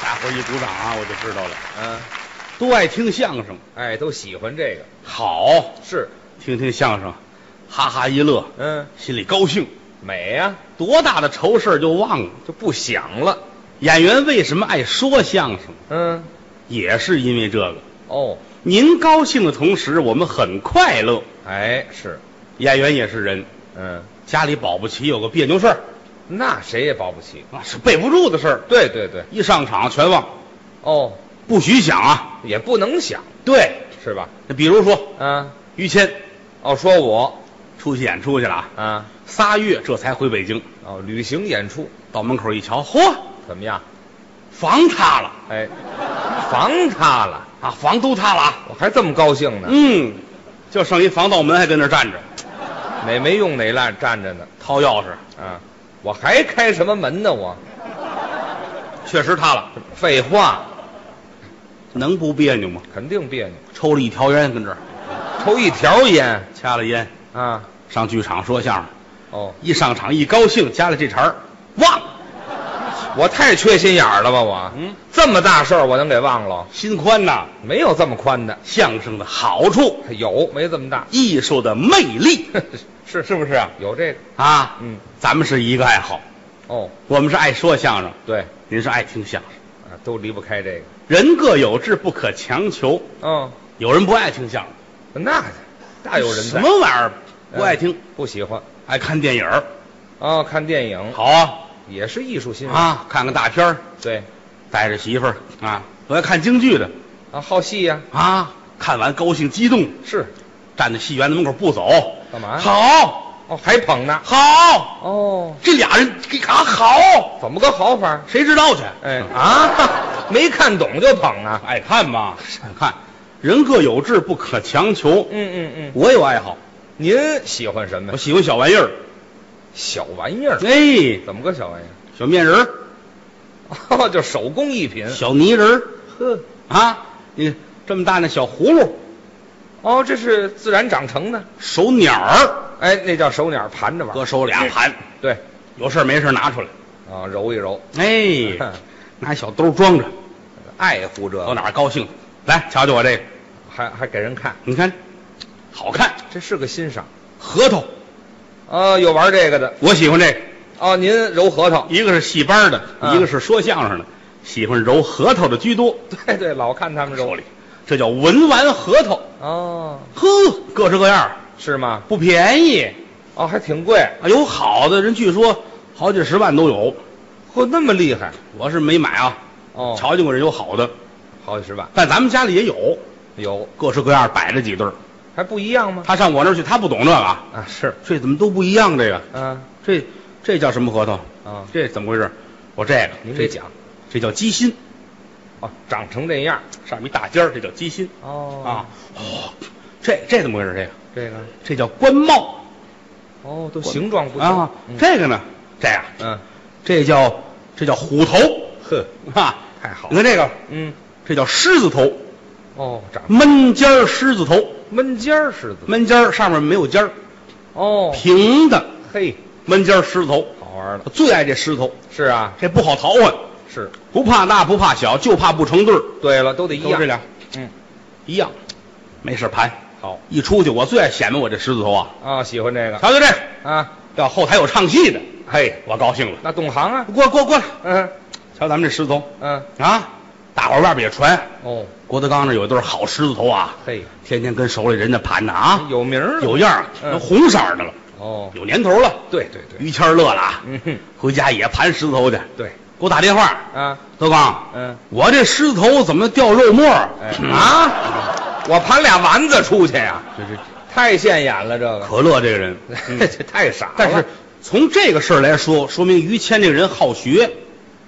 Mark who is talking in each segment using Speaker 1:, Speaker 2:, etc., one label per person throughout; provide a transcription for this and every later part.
Speaker 1: 下回一鼓掌啊，我就知道了，
Speaker 2: 嗯，
Speaker 1: 都爱听相声，
Speaker 2: 哎，都喜欢这个，
Speaker 1: 好，
Speaker 2: 是，
Speaker 1: 听听相声，哈哈一乐，
Speaker 2: 嗯，
Speaker 1: 心里高兴，
Speaker 2: 美啊呀、
Speaker 1: 多大的愁事儿就忘了。
Speaker 2: 就不想了，
Speaker 1: 演员为什么爱说相声，
Speaker 2: 嗯，
Speaker 1: 也是因为这个。
Speaker 2: 哦，
Speaker 1: 您高兴的同时，我们很快乐。
Speaker 2: 哎，是，
Speaker 1: 演员也是人，
Speaker 2: 嗯，
Speaker 1: 家里保不齐有个别扭事儿，
Speaker 2: 那谁也保不齐，
Speaker 1: 那是备不住的事儿。
Speaker 2: 对对对，
Speaker 1: 一上场全忘，
Speaker 2: 哦，
Speaker 1: 不许想啊！
Speaker 2: 也不能想，
Speaker 1: 对，
Speaker 2: 是吧？
Speaker 1: 那比如说
Speaker 2: 嗯，
Speaker 1: 于谦
Speaker 2: 哦，说我，
Speaker 1: 出去演出去了啊，
Speaker 2: 啊，
Speaker 1: 仨月这才回北京，
Speaker 2: 哦，旅行演出
Speaker 1: 到门口一瞧，嚯，
Speaker 2: 怎么样？
Speaker 1: 房塌了
Speaker 2: 哎，房塌了，
Speaker 1: 啊，房都塌了啊！
Speaker 2: 我还这么高兴呢，
Speaker 1: 嗯，就剩一防盗门还跟那儿站着，
Speaker 2: 哪没用哪烂站着呢，
Speaker 1: 掏钥匙，
Speaker 2: 啊，我还开什么门呢？我
Speaker 1: 确实塌了，
Speaker 2: 废话，
Speaker 1: 能不别扭吗？
Speaker 2: 肯定别扭，
Speaker 1: 抽了一条烟跟这儿，
Speaker 2: 抽一条烟
Speaker 1: 掐了烟，
Speaker 2: 啊，
Speaker 1: 上剧场说相声。
Speaker 2: 哦，
Speaker 1: 一上场一高兴，加了这茬儿，忘了
Speaker 2: 我太缺心眼儿了吧？我，
Speaker 1: 嗯，
Speaker 2: 这么大事儿我能给忘了？
Speaker 1: 心宽呐。
Speaker 2: 没有这么宽的，
Speaker 1: 相声的好处，
Speaker 2: 有没这么大？
Speaker 1: 艺术的魅力
Speaker 2: 是是不是啊？有这个，
Speaker 1: 啊，
Speaker 2: 嗯，
Speaker 1: 咱们是一个爱好，
Speaker 2: 哦，
Speaker 1: 我们是爱说相声，
Speaker 2: 对，
Speaker 1: 您是爱听相声。
Speaker 2: 啊，都离不开这个。
Speaker 1: 人各有志，不可强求。
Speaker 2: 嗯，
Speaker 1: 有人不爱听相声，
Speaker 2: 那大有人
Speaker 1: 什
Speaker 2: 在。
Speaker 1: 么玩意儿不爱听，
Speaker 2: 嗯不喜欢
Speaker 1: 爱看电影儿
Speaker 2: 啊、看电影
Speaker 1: 好啊
Speaker 2: 也是艺术欣赏。
Speaker 1: 啊，看看大片儿，
Speaker 2: 对
Speaker 1: 带着媳妇儿啊，我爱看京剧的
Speaker 2: 啊，好戏呀、
Speaker 1: 啊，看完高兴激动，
Speaker 2: 是
Speaker 1: 站在戏园子门口不走，
Speaker 2: 干
Speaker 1: 啊
Speaker 2: 嘛？
Speaker 1: 好，
Speaker 2: 哦，还捧呢。
Speaker 1: 好。
Speaker 2: 哦，
Speaker 1: 这俩人给啊好，
Speaker 2: 怎么个好法？
Speaker 1: 谁知道去？
Speaker 2: 哎啊，没看懂就捧啊。
Speaker 1: 爱看吧，爱看。人各有志，不可强求。
Speaker 2: 嗯嗯嗯，
Speaker 1: 我有爱好，
Speaker 2: 您喜欢什么
Speaker 1: 我？喜欢小玩意儿，
Speaker 2: 小玩意儿？
Speaker 1: 哎，
Speaker 2: 怎么个小玩意儿？
Speaker 1: 小面人儿、
Speaker 2: 哦，就手工艺品。
Speaker 1: 小泥人儿
Speaker 2: 呵，
Speaker 1: 啊，你这么大那小葫芦、
Speaker 2: 哦，这是自然长成的。
Speaker 1: 手鸟儿，
Speaker 2: 哎，那叫手鸟盘着玩儿。
Speaker 1: 搁手俩盘，
Speaker 2: 对，
Speaker 1: 有事儿没事儿拿出来，
Speaker 2: 啊、揉一揉，
Speaker 1: 哎，拿小兜装着，
Speaker 2: 爱护这
Speaker 1: 到
Speaker 2: 个，
Speaker 1: 哪儿高兴来瞧瞧我这个，
Speaker 2: 还还给人看，
Speaker 1: 你看，好看，
Speaker 2: 这是个欣赏。
Speaker 1: 核桃，
Speaker 2: 啊，有玩这个的
Speaker 1: 我喜欢这个。
Speaker 2: 哦，您揉核桃，
Speaker 1: 一个是戏班的，
Speaker 2: 嗯
Speaker 1: 一个是说相声的，喜欢揉核桃的居多。
Speaker 2: 对对，老看他们揉
Speaker 1: 手里，这叫文玩核桃，
Speaker 2: 哦，
Speaker 1: 呵，各式各样儿，
Speaker 2: 是吗？
Speaker 1: 不便宜。
Speaker 2: 哦，还挺贵，
Speaker 1: 啊有好的人，据说好几十万都有。
Speaker 2: 嚯，那么厉害
Speaker 1: 我是没买啊，
Speaker 2: 哦，
Speaker 1: 瞧见过人有好的，
Speaker 2: 好几十万
Speaker 1: 但咱们家里也有，
Speaker 2: 有，
Speaker 1: 各式各样儿摆着几对儿。
Speaker 2: 还不一样吗？
Speaker 1: 他上我那儿去，他不懂这个啊，
Speaker 2: 啊，是，
Speaker 1: 这怎么都不一样？这个，
Speaker 2: 嗯
Speaker 1: 这这叫什么核桃？
Speaker 2: 啊，
Speaker 1: 这怎么回事？我这个，
Speaker 2: 您
Speaker 1: 这
Speaker 2: 给，讲
Speaker 1: 这叫鸡心，
Speaker 2: 哦，长成这样
Speaker 1: 上面一大尖儿，这叫鸡心
Speaker 2: 哦
Speaker 1: 啊。哦，这这怎么回事？这个。
Speaker 2: 这个
Speaker 1: 这叫官帽
Speaker 2: 哦，都形状不
Speaker 1: 啊
Speaker 2: 嗯。
Speaker 1: 这个呢，这样，
Speaker 2: 嗯，
Speaker 1: 这叫这叫虎头
Speaker 2: 呵，
Speaker 1: 啊。
Speaker 2: 太好
Speaker 1: 你，看这个，
Speaker 2: 嗯，
Speaker 1: 这叫狮子头，
Speaker 2: 哦，长
Speaker 1: 闷尖儿狮子头，
Speaker 2: 闷尖儿似的，
Speaker 1: 闷尖儿上面没有尖儿，
Speaker 2: 哦，
Speaker 1: 平的
Speaker 2: 嘿，
Speaker 1: 闷尖儿狮子头。
Speaker 2: 好玩了
Speaker 1: 我，最爱这狮子头，
Speaker 2: 是啊，
Speaker 1: 这不好淘换，
Speaker 2: 是。
Speaker 1: 不怕大不怕小，就怕不成对儿。
Speaker 2: 对了，都得一
Speaker 1: 都
Speaker 2: 样
Speaker 1: 这。俩
Speaker 2: 嗯，
Speaker 1: 一样，没事儿盘。
Speaker 2: 好
Speaker 1: 一出去，我最爱显摆我这狮子头啊！
Speaker 2: 啊，喜欢这个
Speaker 1: 瞧瞧这个，
Speaker 2: 啊，
Speaker 1: 要后台有唱戏的，
Speaker 2: 嘿，
Speaker 1: 我高兴了。
Speaker 2: 那懂行啊，
Speaker 1: 过过过来，
Speaker 2: 嗯
Speaker 1: 瞧咱们这狮子头。
Speaker 2: 嗯，
Speaker 1: 啊，大伙儿外边也传，
Speaker 2: 哦，
Speaker 1: 郭德纲那有一对好狮子头啊，
Speaker 2: 嘿，
Speaker 1: 天天跟手里人家盘呢啊，
Speaker 2: 有名儿了
Speaker 1: 有样儿，
Speaker 2: 嗯
Speaker 1: 都红色儿的了，
Speaker 2: 哦，
Speaker 1: 有年头了。
Speaker 2: 对对对，
Speaker 1: 于谦儿乐了啊，
Speaker 2: 嗯哼，
Speaker 1: 回家也盘狮子头去，
Speaker 2: 对
Speaker 1: 给我打电话，
Speaker 2: 啊，
Speaker 1: 德纲，
Speaker 2: 嗯，
Speaker 1: 我这狮子头怎么掉肉沫儿？
Speaker 2: 哎
Speaker 1: 啊，
Speaker 2: 我盘俩丸子出去呀，
Speaker 1: 这这
Speaker 2: 太现眼了，这个
Speaker 1: 可乐这个 人，嗯
Speaker 2: 这太傻了。
Speaker 1: 但是从这个事儿来说，说明于谦这个人好学，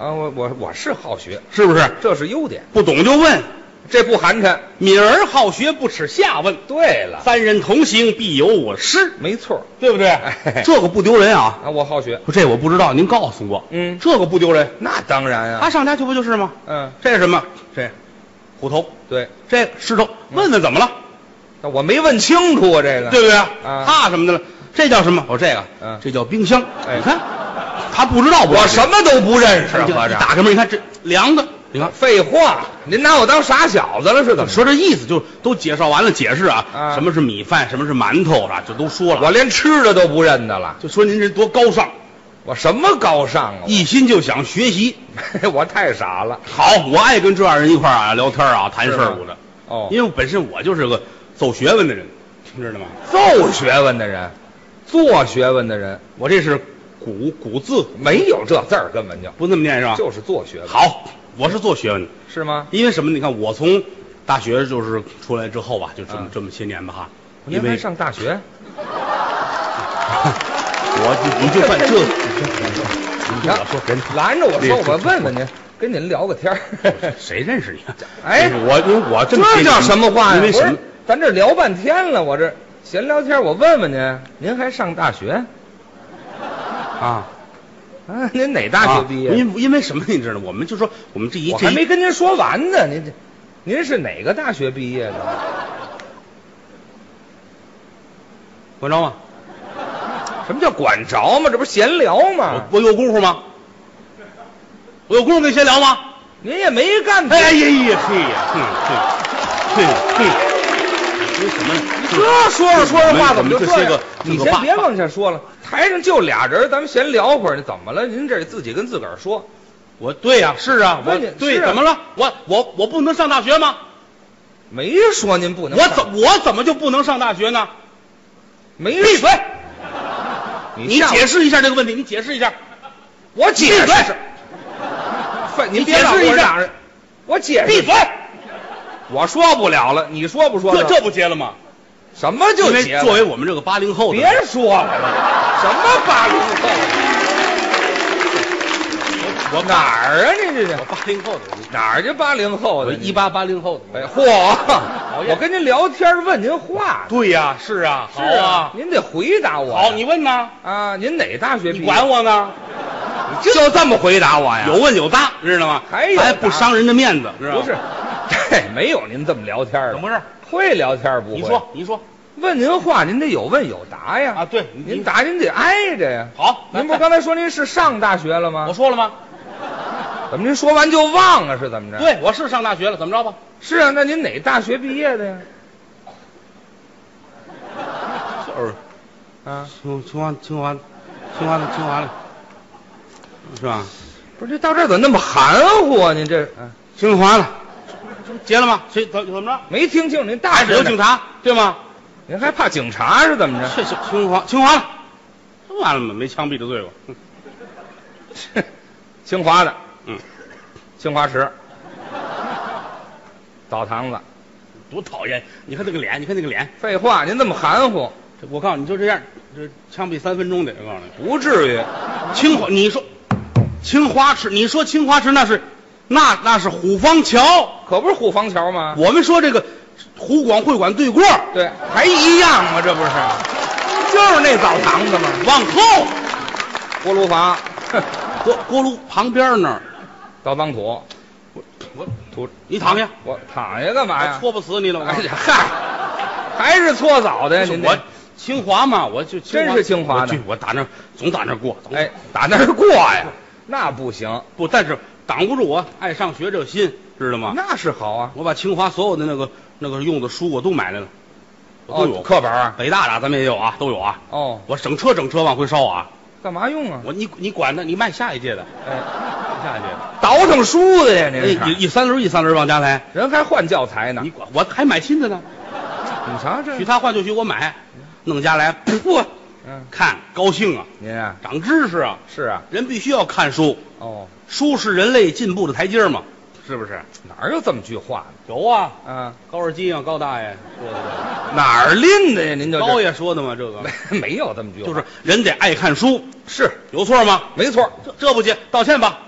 Speaker 2: 啊，我我我是好学，
Speaker 1: 是不是？
Speaker 2: 这是优点，
Speaker 1: 不懂就问，
Speaker 2: 这不寒碜。
Speaker 1: 敏而好学，不耻下问。
Speaker 2: 对了，
Speaker 1: 三人同行，必有我师。
Speaker 2: 没错
Speaker 1: 对不对
Speaker 2: 哎？
Speaker 1: 这个不丢人啊，
Speaker 2: 啊，我好学，
Speaker 1: 这我不知道，您告诉我，
Speaker 2: 嗯，
Speaker 1: 这个不丢人。
Speaker 2: 那当然
Speaker 1: 他
Speaker 2: 啊，
Speaker 1: 上家去不就是吗？
Speaker 2: 嗯，
Speaker 1: 这是什么？
Speaker 2: 这
Speaker 1: 虎头，
Speaker 2: 对，
Speaker 1: 这个石头，问问怎么了，
Speaker 2: 那我没问清楚啊，嗯这个
Speaker 1: 对不对？
Speaker 2: 啊
Speaker 1: 怕什么的了？这叫什么？我这个，
Speaker 2: 嗯
Speaker 1: 这叫冰箱。
Speaker 2: 哎
Speaker 1: 你看，他不知道不
Speaker 2: 我
Speaker 1: 知道
Speaker 2: 什么都不认识啊，
Speaker 1: 你
Speaker 2: 合着
Speaker 1: 打开门，你看这凉的，你看，
Speaker 2: 废话，您拿我当傻小子了是怎么着？
Speaker 1: 说这意思就都介绍完了，解释啊，
Speaker 2: 啊
Speaker 1: 什么是米饭，什么是馒头啊，就都说了。
Speaker 2: 我哦连吃的都不认得了，
Speaker 1: 就说您这多高尚，
Speaker 2: 我什么高尚啊？
Speaker 1: 一心就想学习。
Speaker 2: 我 太傻了。
Speaker 1: 好，我爱跟这样人一块儿啊聊天啊，谈事儿务的，
Speaker 2: 哦，
Speaker 1: 因为我本身我就是个走学问的人，你知道吗？
Speaker 2: 哦奏学问的人，做学问的人，
Speaker 1: 我这是古古字，
Speaker 2: 没有这字儿，根本就
Speaker 1: 不那么念是吧？
Speaker 2: 就是做学问，
Speaker 1: 啊好，我是做学问的，
Speaker 2: 是吗？
Speaker 1: 因为什么呢？你看我从大学就是出来之后吧，就这么、
Speaker 2: 嗯
Speaker 1: 这么些年吧哈，
Speaker 2: 您
Speaker 1: 因
Speaker 2: 还
Speaker 1: 为
Speaker 2: 上大学？
Speaker 1: 我你就算 这，你听我说，
Speaker 2: 人啊拦着我说，
Speaker 1: 这
Speaker 2: 我问问您，跟您聊个天儿
Speaker 1: 谁认识你啊？
Speaker 2: 哎
Speaker 1: 就是我因为我这么些
Speaker 2: 这
Speaker 1: 年
Speaker 2: 叫什么话呀？
Speaker 1: 因为
Speaker 2: 不
Speaker 1: 什
Speaker 2: 是
Speaker 1: 么？，
Speaker 2: 咱这聊半天了，我这闲聊天，我问问您，您还上大学？
Speaker 1: 啊，
Speaker 2: 啊，您哪大学毕业？
Speaker 1: 啊因因为什么你知道吗？我们就说我们这一
Speaker 2: 我
Speaker 1: 这
Speaker 2: 还
Speaker 1: 一
Speaker 2: 没跟您说完呢，您这，您是哪个大学毕业的？
Speaker 1: 管着吗？
Speaker 2: 什么叫管着吗？这不是闲聊吗
Speaker 1: 我？我有功夫吗？我有功夫跟你闲聊吗？
Speaker 2: 您也没干别
Speaker 1: 哎
Speaker 2: 的，
Speaker 1: 呀呀，嘿呀，哼哼哼哼，为什么呢？
Speaker 2: 这说着说着话怎么就
Speaker 1: 我哎们这
Speaker 2: 这
Speaker 1: 些
Speaker 2: 样
Speaker 1: 个？
Speaker 2: 你
Speaker 1: 这个
Speaker 2: 先
Speaker 1: 爸
Speaker 2: 别往下说了，台上就俩人，咱们闲聊会儿。你怎么了？您这自己跟自个儿说，
Speaker 1: 我对呀、是啊，我
Speaker 2: 问你
Speaker 1: 对
Speaker 2: 是啊
Speaker 1: 怎么了？我我我不能上大学吗？
Speaker 2: 没说您不能
Speaker 1: 我
Speaker 2: 上。
Speaker 1: 怎我怎么就不能上大学呢？
Speaker 2: 没
Speaker 1: 闭嘴！
Speaker 2: 你
Speaker 1: 你
Speaker 2: 下午
Speaker 1: 解释一下这个问题，你解释一下。
Speaker 2: 我解
Speaker 1: 闭
Speaker 2: 释
Speaker 1: 嘴！
Speaker 2: 分您
Speaker 1: 你
Speaker 2: 别
Speaker 1: 解
Speaker 2: 让
Speaker 1: 释一
Speaker 2: 我
Speaker 1: 下
Speaker 2: 俩人，我解
Speaker 1: 闭
Speaker 2: 释。
Speaker 1: 嘴！
Speaker 2: 我说不了了，你说不说呢？
Speaker 1: 这这不结了吗？
Speaker 2: 什么就
Speaker 1: 因为
Speaker 2: 结了
Speaker 1: 作为我们这个八零后的，
Speaker 2: 别说了，什么八零后？
Speaker 1: 我
Speaker 2: 哪儿啊？您这
Speaker 1: 我
Speaker 2: 是
Speaker 1: 八零后的，
Speaker 2: 哪儿就八零后
Speaker 1: 我
Speaker 2: 的？
Speaker 1: 一八八零后
Speaker 2: 哎
Speaker 1: 的。
Speaker 2: 嚯！
Speaker 1: 厌
Speaker 2: 我跟您聊天问您话呢，
Speaker 1: 对呀、是啊，好
Speaker 2: 是
Speaker 1: 啊，
Speaker 2: 您得回答我呀。
Speaker 1: 好，你问呢？
Speaker 2: 啊，您哪大学毕
Speaker 1: 你
Speaker 2: 业？
Speaker 1: 管我呢？
Speaker 2: 你就这么回答哎我呀？
Speaker 1: 有问有答，知道吗？
Speaker 2: 还有答
Speaker 1: 还不伤人的面子，知道吗？
Speaker 2: 不是？嘿，没有您这么聊天的。
Speaker 1: 怎么回事？
Speaker 2: 会聊天不会？
Speaker 1: 你说，你说
Speaker 2: 问您话，您得有问有答呀。
Speaker 1: 啊？对，
Speaker 2: 您答您得挨着呀。
Speaker 1: 好，
Speaker 2: 您不
Speaker 1: 来
Speaker 2: 是刚才说您是上大学了
Speaker 1: 我
Speaker 2: 吗？
Speaker 1: 说了吗？
Speaker 2: 怎么您说完就忘了是怎么着？，
Speaker 1: 对，我是上大学了，怎么着吧？
Speaker 2: 是啊，那您哪大学毕业的呀？
Speaker 1: 就是
Speaker 2: 啊，
Speaker 1: 清清华清华清华的清华的，是吧？
Speaker 2: 不是，这到这儿怎么那么含糊啊？您这、啊、
Speaker 1: 清华的，结了吗？谁怎怎么着？
Speaker 2: 没听清您大
Speaker 1: 还是
Speaker 2: 学
Speaker 1: 有
Speaker 2: 哪
Speaker 1: 警，察对吗？
Speaker 2: 您还怕警察是怎么着？
Speaker 1: 这是清华清华的，这完了吗？没枪毙的罪过。
Speaker 2: 清华的，
Speaker 1: 嗯，
Speaker 2: 清华池，澡堂子。
Speaker 1: 多讨厌！你看那个脸，你看那个脸，
Speaker 2: 废话，您这么含糊，
Speaker 1: 这我告诉你，就这样，这枪毙三分钟得。我告诉你，
Speaker 2: 不至于。
Speaker 1: 清华，你说清华池，你说清华池那是那那是虎坊桥。
Speaker 2: 可不是护房桥吗？
Speaker 1: 我们说这个湖广会馆对过
Speaker 2: 对，还一样吗？这不是，就是那澡堂子吗？
Speaker 1: 往后，
Speaker 2: 锅炉房，哼
Speaker 1: 锅锅炉旁边那儿，
Speaker 2: 倒脏土，
Speaker 1: 我
Speaker 2: 土
Speaker 1: 你躺下，
Speaker 2: 我躺下干嘛
Speaker 1: 我
Speaker 2: 呀？
Speaker 1: 搓不死你了。我告
Speaker 2: 哎
Speaker 1: 诉你
Speaker 2: 呀，嗨，还是搓澡的呀？
Speaker 1: 不是
Speaker 2: 您
Speaker 1: 我
Speaker 2: 这
Speaker 1: 清华嘛，我就华
Speaker 2: 真是清华的
Speaker 1: 我去我打那儿总打那儿过，总
Speaker 2: 哎，打那儿过呀？那不行，
Speaker 1: 不，但是挡不住我爱上学这个心，知道吗？
Speaker 2: 那是好啊。
Speaker 1: 我把清华所有的那个那个用的书我都买来了，我
Speaker 2: 哦
Speaker 1: 都，有。
Speaker 2: 课本啊？
Speaker 1: 北大的咱们也有啊，都有啊。
Speaker 2: 哦，
Speaker 1: 我整车整车往回烧啊！
Speaker 2: 干嘛用啊？
Speaker 1: 我你你管他，你卖下一届的，
Speaker 2: 哎，
Speaker 1: 下一届的，
Speaker 2: 倒腾书的呀？您
Speaker 1: 哎
Speaker 2: 是
Speaker 1: 一一三轮一三轮往家来，
Speaker 2: 人还换教材呢？
Speaker 1: 你管我还买新的呢。
Speaker 2: 你瞧这
Speaker 1: 许，他换就许我买，弄家来，噗，
Speaker 2: 嗯，
Speaker 1: 看高兴啊，
Speaker 2: 您啊，
Speaker 1: 长知识啊，
Speaker 2: 是啊，
Speaker 1: 人必须要看书，
Speaker 2: 哦，
Speaker 1: 书是人类进步的台阶嘛，是不是？
Speaker 2: 哪有这么句话呢？
Speaker 1: 有啊，
Speaker 2: 啊，
Speaker 1: 高尔基啊，高大爷说的
Speaker 2: 哪儿拎的呀？您
Speaker 1: 这
Speaker 2: 就
Speaker 1: 个，
Speaker 2: 这
Speaker 1: 高爷说的嘛，这个
Speaker 2: 没 没有这么句话，
Speaker 1: 就是人得爱看书，
Speaker 2: 是
Speaker 1: 有错吗？
Speaker 2: 没错。
Speaker 1: 这这不行，道歉吧，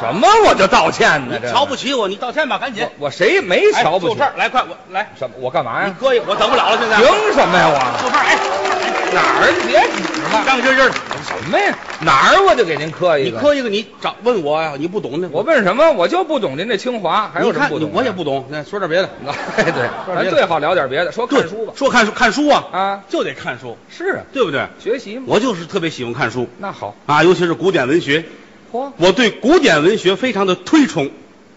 Speaker 2: 什么我就道歉
Speaker 1: 你
Speaker 2: 呢？嗯这
Speaker 1: 瞧不起我，你道歉吧，赶紧
Speaker 2: 我，我谁没
Speaker 1: 哎
Speaker 2: 瞧不
Speaker 1: 就
Speaker 2: 起？
Speaker 1: 这儿来，快我来，
Speaker 2: 什么？我干嘛
Speaker 1: 你
Speaker 2: 呀？
Speaker 1: 搁一，我等不了了，现在
Speaker 2: 凭什么呀？我
Speaker 1: 就这儿，哎，
Speaker 2: 哪儿别指了？
Speaker 1: 张真真，
Speaker 2: 什么呀？哪儿我就给您磕一
Speaker 1: 你
Speaker 2: 个。
Speaker 1: 磕一个，你找问我呀，你不懂的，
Speaker 2: 我问什么？我就不懂您这清华还有
Speaker 1: 你
Speaker 2: 什么
Speaker 1: 看
Speaker 2: 不
Speaker 1: 你
Speaker 2: 懂？
Speaker 1: 我也。不懂，那说点别的。
Speaker 2: 哎，对，
Speaker 1: 说
Speaker 2: 咱
Speaker 1: 别的
Speaker 2: 最好聊点别的，说
Speaker 1: 对
Speaker 2: 看书吧。
Speaker 1: 说看书，看书啊，
Speaker 2: 啊，
Speaker 1: 就得看书，
Speaker 2: 是啊，
Speaker 1: 对不对？
Speaker 2: 学习嘛。
Speaker 1: 我就是特别喜欢看书
Speaker 2: 那好，
Speaker 1: 啊，尤其是古典文学。
Speaker 2: 嚯
Speaker 1: 我对古典文学非常的推崇。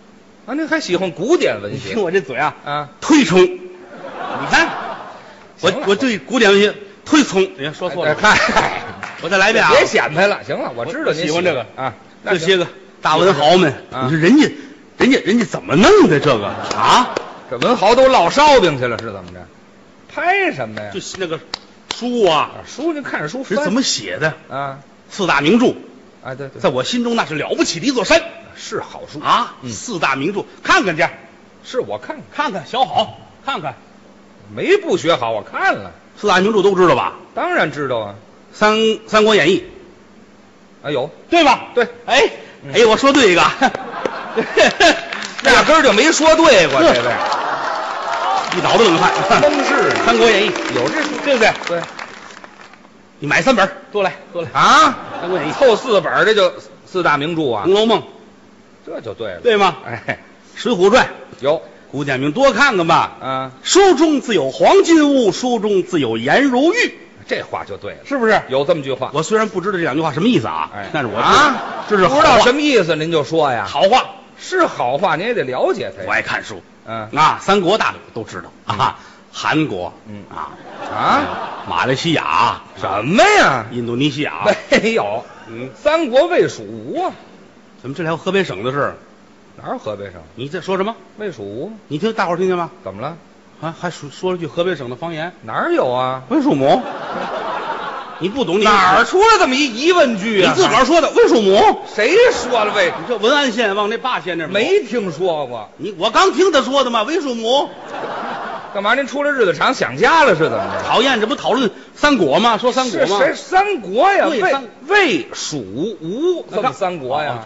Speaker 2: 啊，您还喜欢古典文
Speaker 1: 你
Speaker 2: 学
Speaker 1: 听我这嘴啊，
Speaker 2: 啊？
Speaker 1: 推崇。你看，我
Speaker 2: 行了
Speaker 1: 我对古典文学推崇。你看说错了，
Speaker 2: 嗨、嗨
Speaker 1: 我再来一遍啊！
Speaker 2: 别显摆了，行了，我知道
Speaker 1: 我
Speaker 2: 您
Speaker 1: 喜欢这个
Speaker 2: 啊。那
Speaker 1: 这
Speaker 2: 行
Speaker 1: 些个大文豪们，
Speaker 2: 啊
Speaker 1: 你说人家，人家，人家怎么弄的这个啊？
Speaker 2: 这文豪都烙烧饼去了，是怎么着？拍什么呀？
Speaker 1: 就是那个书啊，
Speaker 2: 啊书您看着书
Speaker 1: 是
Speaker 2: 翻
Speaker 1: 怎么写的？
Speaker 2: 啊？
Speaker 1: 四大名著，
Speaker 2: 啊，对对，
Speaker 1: 在我心中那是了不起的一座山
Speaker 2: 是好书，
Speaker 1: 啊！
Speaker 2: 嗯
Speaker 1: 四大名著，看看去，
Speaker 2: 是我看
Speaker 1: 看
Speaker 2: 看
Speaker 1: 看小好，看看
Speaker 2: 没不学好，我看了，
Speaker 1: 四大名著都知道吧？
Speaker 2: 当然知道啊。
Speaker 1: 《三三国演义》
Speaker 2: 啊， 有
Speaker 1: 对吧？
Speaker 2: 对，
Speaker 1: 哎
Speaker 2: 嗯
Speaker 1: 哎，我说对一个，
Speaker 2: 压根儿就没说对过，这位
Speaker 1: 一脑子冷汗。
Speaker 2: 真
Speaker 1: 《
Speaker 2: 是的
Speaker 1: 三国演义》
Speaker 2: 有这书，
Speaker 1: 对不对？
Speaker 2: 对
Speaker 1: 你买三本儿，多来多来，《
Speaker 2: 啊，
Speaker 1: 三国演义》《
Speaker 2: 凑四本儿这就四大名著啊
Speaker 1: 红，楼梦》
Speaker 2: 这就对了。
Speaker 1: 对吗？
Speaker 2: 哎，
Speaker 1: 《水浒传》
Speaker 2: 有
Speaker 1: 古典名多看看吧。
Speaker 2: 啊，
Speaker 1: 书中自有黄金屋，书中自有颜如玉，
Speaker 2: 这话就对了，
Speaker 1: 是不是？
Speaker 2: 有这么句话，
Speaker 1: 我虽然不知道这两句话什么意思啊，
Speaker 2: 哎
Speaker 1: 但是我
Speaker 2: 啊
Speaker 1: 知道这是
Speaker 2: 不
Speaker 1: 好
Speaker 2: 知道
Speaker 1: 话
Speaker 2: 什么意思，您就说呀。哎
Speaker 1: 好话。
Speaker 2: 是好话，您也得了解它
Speaker 1: 我
Speaker 2: 呀。
Speaker 1: 爱看书
Speaker 2: 嗯
Speaker 1: 啊，三国大陆都知道啊，韩国，
Speaker 2: 嗯
Speaker 1: 啊，
Speaker 2: 啊，
Speaker 1: 马来西亚，
Speaker 2: 什么呀？
Speaker 1: 印度尼西亚，
Speaker 2: 没有，
Speaker 1: 嗯，
Speaker 2: 三国魏蜀吴啊，
Speaker 1: 怎么这里还有河北省的事儿？
Speaker 2: 哪有河北省？
Speaker 1: 你在说什么？
Speaker 2: 魏蜀吴
Speaker 1: 你听大伙儿听见吗？
Speaker 2: 怎么了？
Speaker 1: 还还说说了句河北省的方言，
Speaker 2: 哪儿有啊？
Speaker 1: 魏属母，你不懂你
Speaker 2: 哪儿？出了这么一疑问句
Speaker 1: 你
Speaker 2: 啊？
Speaker 1: 自个儿说的魏属母。
Speaker 2: 谁说了魏？
Speaker 1: 你这文安县往那霸县那儿跑
Speaker 2: 没听说过，
Speaker 1: 你，我刚听他说的嘛，魏蜀母
Speaker 2: 干嘛？您出来日子长想家了是怎么着？
Speaker 1: 讨厌，这不讨论三国吗？说三国
Speaker 2: 是
Speaker 1: 吗？
Speaker 2: 谁？三国呀，
Speaker 1: 对
Speaker 2: 魏
Speaker 1: 三啊
Speaker 2: 魏蜀吴这么三国呀？
Speaker 1: 我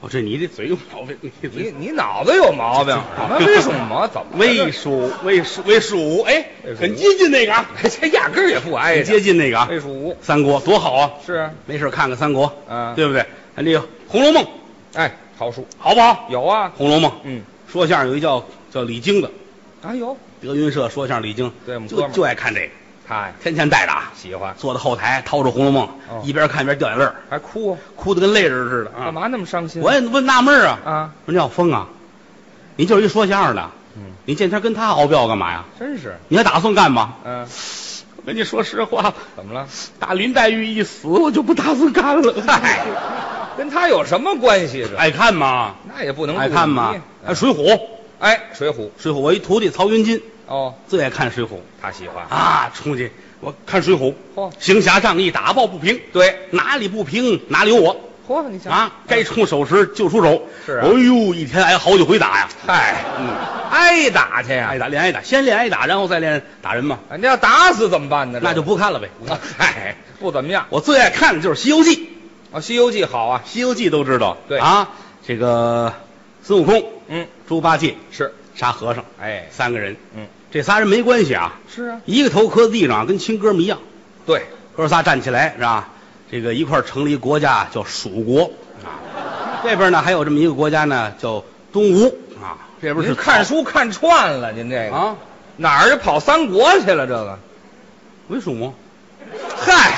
Speaker 1: 哦这你这嘴有毛病，你这
Speaker 2: 你
Speaker 1: 嘴
Speaker 2: 你脑子有毛 病？啊什么魏蜀吴怎么了
Speaker 1: 魏蜀魏蜀魏蜀，哎
Speaker 2: 魏，蜀
Speaker 1: 很接近那个啊，
Speaker 2: 这压根儿也不挨
Speaker 1: 很
Speaker 2: 着
Speaker 1: 接。近那个啊，
Speaker 2: 魏蜀吴
Speaker 1: 三国多好啊！
Speaker 2: 是啊，
Speaker 1: 没事看看三国，
Speaker 2: 嗯
Speaker 1: 对不对？哎这个《红楼梦》
Speaker 2: 哎，好书
Speaker 1: 好不好？
Speaker 2: 有啊，
Speaker 1: 《红楼梦》
Speaker 2: 嗯
Speaker 1: 说相声有一叫叫李菁的，
Speaker 2: 啊有，
Speaker 1: 德云社说相声李菁，
Speaker 2: 对我们哥
Speaker 1: 就
Speaker 2: 们儿
Speaker 1: 就爱看这个，
Speaker 2: 他呀
Speaker 1: 天天带着啊，
Speaker 2: 喜欢，
Speaker 1: 坐在后台掏出《红楼梦
Speaker 2: 哦》，
Speaker 1: 一边看一边掉眼泪儿。
Speaker 2: 还哭啊，
Speaker 1: 哭得跟泪人似的
Speaker 2: 干
Speaker 1: 啊！
Speaker 2: 嘛那么伤心？
Speaker 1: 我也问纳闷儿啊，
Speaker 2: 啊，
Speaker 1: 说廖峰啊，你就是一说相声的，
Speaker 2: 嗯，
Speaker 1: 你见天跟他熬标干嘛呀？
Speaker 2: 真是，
Speaker 1: 你还打算干嘛？
Speaker 2: 嗯，
Speaker 1: 我跟你说实话，
Speaker 2: 怎么了？
Speaker 1: 打林黛玉一死，我就不打算干了。嗨，
Speaker 2: 跟他有什么关系？这
Speaker 1: 爱看吗？
Speaker 2: 那也不能
Speaker 1: 哎爱看
Speaker 2: 嘛
Speaker 1: 吗？？哎，《水浒》，《
Speaker 2: 哎，水浒
Speaker 1: 水浒》，我一徒弟曹云金
Speaker 2: 哦，
Speaker 1: 最爱看《水浒》
Speaker 2: 他喜欢。
Speaker 1: 啊，冲去我看《水浒》，
Speaker 2: 嚯，
Speaker 1: 行侠仗义，打抱不平，
Speaker 2: 对，
Speaker 1: 哪里不平哪里有我
Speaker 2: 嚯，你想
Speaker 1: 啊！该出手时就出手，
Speaker 2: 是啊
Speaker 1: 哎呦，一天挨好几回打呀，
Speaker 2: 嗨，
Speaker 1: 嗯。
Speaker 2: 挨打去呀
Speaker 1: 挨？打练挨打，先练挨打，然后再练打人嘛，
Speaker 2: 人家要打死怎么办呢？这
Speaker 1: 那就不看了呗。
Speaker 2: 嗨，不怎么样。
Speaker 1: 我最爱看的就是《西游记》，
Speaker 2: 啊，《西游记》好啊，
Speaker 1: 《西游记》都知道，
Speaker 2: 对
Speaker 1: 啊，这个孙悟空、
Speaker 2: 嗯，
Speaker 1: 猪八戒、
Speaker 2: 是，
Speaker 1: 沙和尚
Speaker 2: 哎，
Speaker 1: 三个人，
Speaker 2: 嗯，
Speaker 1: 这仨人没关系啊，
Speaker 2: 是啊，
Speaker 1: 一个头磕地上，跟亲哥们一样，
Speaker 2: 对，
Speaker 1: 哥仨站起来是吧？这个一块儿成立国家叫蜀国啊，这边呢还有这么一个国家呢叫东吴啊，这边是
Speaker 2: 您看
Speaker 1: 草
Speaker 2: 书看串了，您这个
Speaker 1: 啊，
Speaker 2: 哪儿跑三国去了？这个，
Speaker 1: 为蜀么？
Speaker 2: 嗨，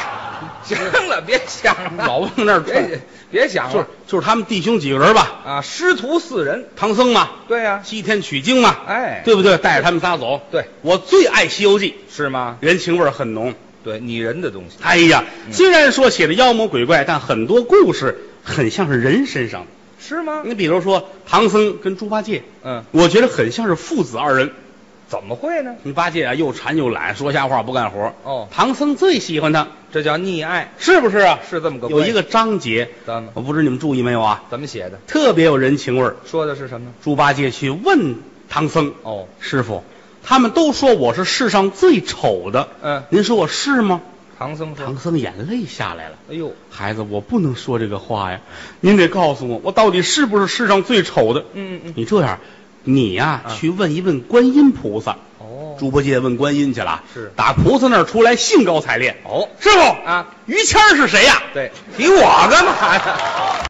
Speaker 2: 行了，别想了，
Speaker 1: 老往那儿
Speaker 2: 别
Speaker 1: 转，
Speaker 2: 别想
Speaker 1: 就是
Speaker 2: 了
Speaker 1: 就是他们弟兄几个人吧，
Speaker 2: 啊！师徒四人，
Speaker 1: 唐僧嘛，
Speaker 2: 对呀、
Speaker 1: 西天取经嘛，
Speaker 2: 哎，
Speaker 1: 对不对？带着他们仨走。
Speaker 2: 对，
Speaker 1: 我最爱《西游记
Speaker 2: 是吗》，？
Speaker 1: 人情味儿很浓。
Speaker 2: 对，拟人的东西，
Speaker 1: 哎呀，
Speaker 2: 嗯
Speaker 1: 虽然说写的妖魔鬼怪，但很多故事很像是人身上的。
Speaker 2: 是吗？
Speaker 1: 你比如说唐僧跟猪八戒，
Speaker 2: 嗯，
Speaker 1: 我觉得很像是父子二人。
Speaker 2: 怎么会呢？
Speaker 1: 猪八戒啊，又馋又懒，说瞎话不干活。
Speaker 2: 哦，
Speaker 1: 唐僧最喜欢他，
Speaker 2: 这叫溺爱，
Speaker 1: 是不是啊？
Speaker 2: 是这么个
Speaker 1: 有一个
Speaker 2: 个
Speaker 1: 章节，
Speaker 2: 咱们
Speaker 1: 我不知你们注意没有啊，
Speaker 2: 怎么写的？
Speaker 1: 特别有人情味儿。
Speaker 2: 说的是什么？
Speaker 1: 猪八戒去问唐僧
Speaker 2: 哦，
Speaker 1: 师傅，他们都说我是世上最丑的。
Speaker 2: 嗯，
Speaker 1: 您说我是吗？
Speaker 2: 唐僧说
Speaker 1: 唐，僧眼泪下来了。
Speaker 2: 哎呦，
Speaker 1: 孩子，我不能说这个话呀，您得告诉我，我到底是不是世上最丑的？
Speaker 2: 嗯嗯嗯，
Speaker 1: 你这样，你呀、
Speaker 2: 啊
Speaker 1: 去问一问观音菩萨。
Speaker 2: 哦，
Speaker 1: 猪八戒问观音去了，啊
Speaker 2: 是
Speaker 1: 打菩萨那儿出来，兴高采烈。
Speaker 2: 哦
Speaker 1: 师傅，
Speaker 2: 啊，
Speaker 1: 于谦儿是谁呀、
Speaker 2: 对，提我干嘛呀？